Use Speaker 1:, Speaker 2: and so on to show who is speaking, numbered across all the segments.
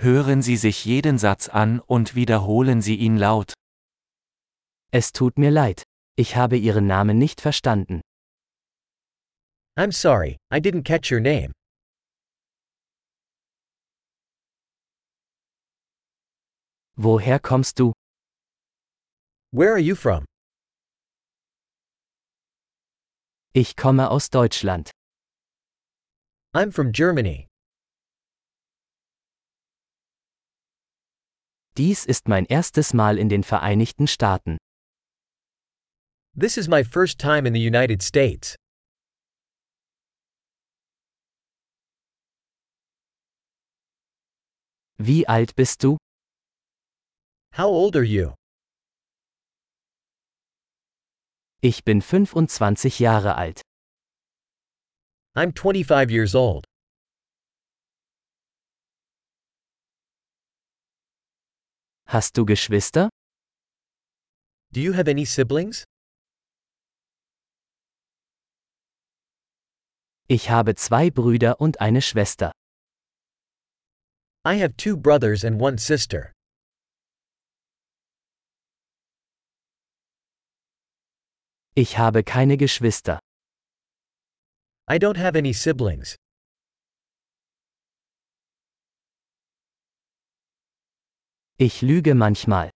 Speaker 1: Hören Sie sich jeden Satz an und wiederholen Sie ihn laut.
Speaker 2: Es tut mir leid. Ich habe Ihren Namen nicht verstanden.
Speaker 3: I'm sorry, I didn't catch your name.
Speaker 2: Woher kommst du?
Speaker 3: Where are you from?
Speaker 2: Ich komme aus Deutschland.
Speaker 3: I'm from Germany.
Speaker 2: Dies ist mein erstes Mal in den Vereinigten Staaten.
Speaker 3: This is my first time in the United States.
Speaker 2: Wie alt bist du?
Speaker 3: How old are you?
Speaker 2: Ich bin 25 Jahre alt.
Speaker 3: I'm 25 years old.
Speaker 2: Hast du Geschwister?
Speaker 3: Do you have any siblings?
Speaker 2: Ich habe zwei Brüder und eine Schwester.
Speaker 3: I have two brothers and one sister.
Speaker 2: Ich habe keine Geschwister.
Speaker 3: I don't have any siblings.
Speaker 2: Ich lüge manchmal.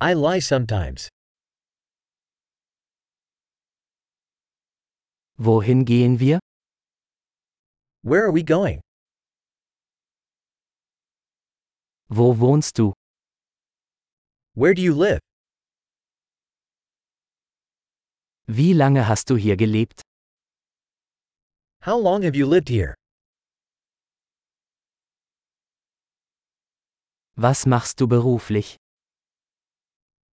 Speaker 3: I lie sometimes.
Speaker 2: Wohin gehen wir?
Speaker 3: Where are we going?
Speaker 2: Wo wohnst du?
Speaker 3: Where do you live?
Speaker 2: Wie lange hast du hier gelebt?
Speaker 3: How long have you lived here?
Speaker 2: Was machst du beruflich?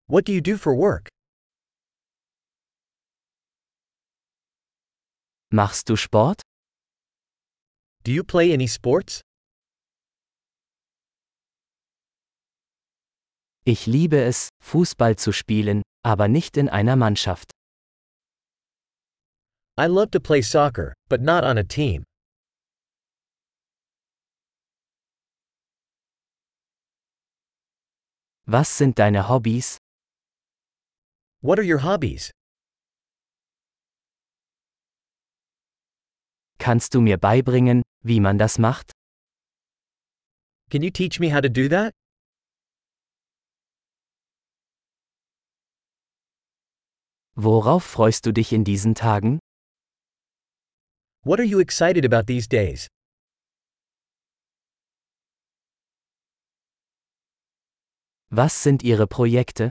Speaker 3: What do you do for work?
Speaker 2: Machst du Sport?
Speaker 3: Do you play any sports?
Speaker 2: Ich liebe es, Fußball zu spielen, aber nicht in einer Mannschaft.
Speaker 3: I love to play soccer, but not on a team.
Speaker 2: Was sind deine Hobbys?
Speaker 3: What are your hobbies?
Speaker 2: Kannst du mir beibringen, wie man das macht?
Speaker 3: Can you teach me how to do that?
Speaker 2: Worauf freust du dich in diesen Tagen?
Speaker 3: What are you excited about these days?
Speaker 2: Was sind ihre Projekte?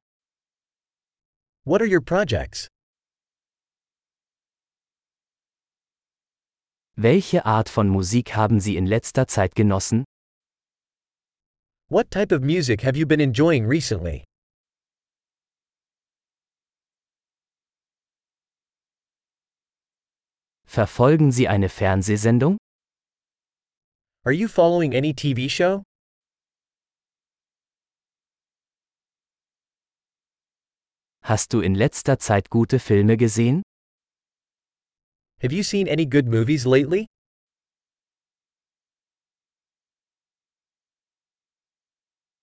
Speaker 3: What are your projects?
Speaker 2: Welche Art von Musik haben sie in letzter Zeit genossen?
Speaker 3: What type of music have you been enjoying recently?
Speaker 2: Verfolgen sie eine Fernsehsendung?
Speaker 3: Are you following any TV show?
Speaker 2: Hast du in letzter Zeit gute Filme gesehen?
Speaker 3: Have you seen any good movies lately?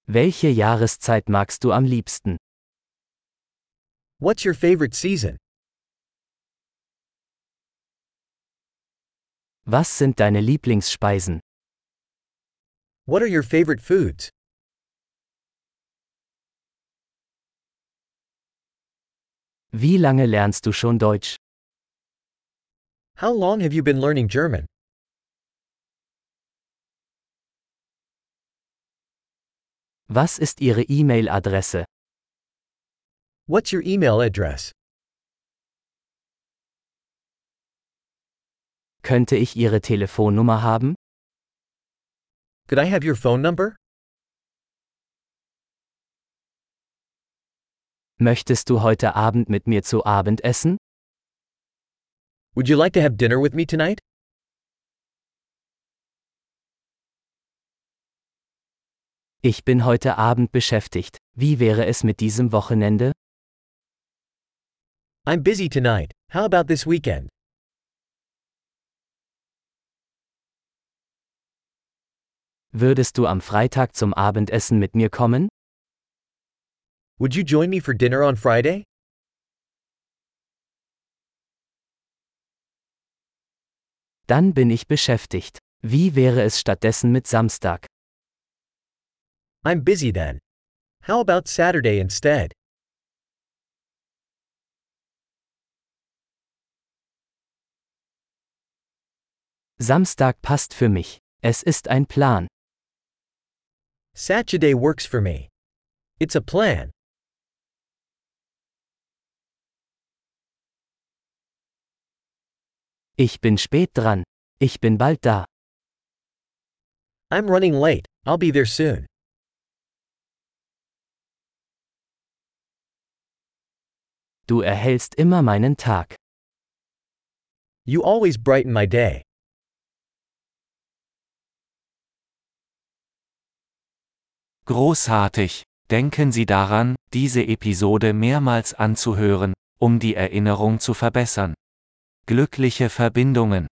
Speaker 2: Welche Jahreszeit magst du am liebsten?
Speaker 3: What's your favorite season?
Speaker 2: Was sind deine Lieblingsspeisen?
Speaker 3: What are your favorite foods?
Speaker 2: Wie lange lernst du schon Deutsch?
Speaker 3: How long have you been learning German?
Speaker 2: Was ist ihre E-Mail-Adresse?
Speaker 3: What's your email address?
Speaker 2: Könnte ich ihre Telefonnummer haben?
Speaker 3: Could I have your phone number?
Speaker 2: Möchtest du heute Abend mit mir zu Abend essen?
Speaker 3: Would you like to have dinner with me tonight?
Speaker 2: Ich bin heute Abend beschäftigt. Wie wäre es mit diesem Wochenende?
Speaker 3: I'm busy tonight. How about this weekend?
Speaker 2: Würdest du am Freitag zum Abendessen mit mir kommen?
Speaker 3: Would you join me for dinner on Friday?
Speaker 2: Dann bin ich beschäftigt. Wie wäre es stattdessen mit Samstag?
Speaker 3: I'm busy then. How about Saturday instead?
Speaker 2: Samstag passt für mich. Es ist ein Plan.
Speaker 3: Saturday works for me. It's a plan.
Speaker 2: Ich bin spät dran. Ich bin bald da.
Speaker 3: I'm running late. I'll be there soon.
Speaker 2: Du erhältst immer meinen Tag.
Speaker 3: You always brighten my day.
Speaker 1: Großartig! Denken Sie daran, diese Episode mehrmals anzuhören, um die Erinnerung zu verbessern. Glückliche Verbindungen!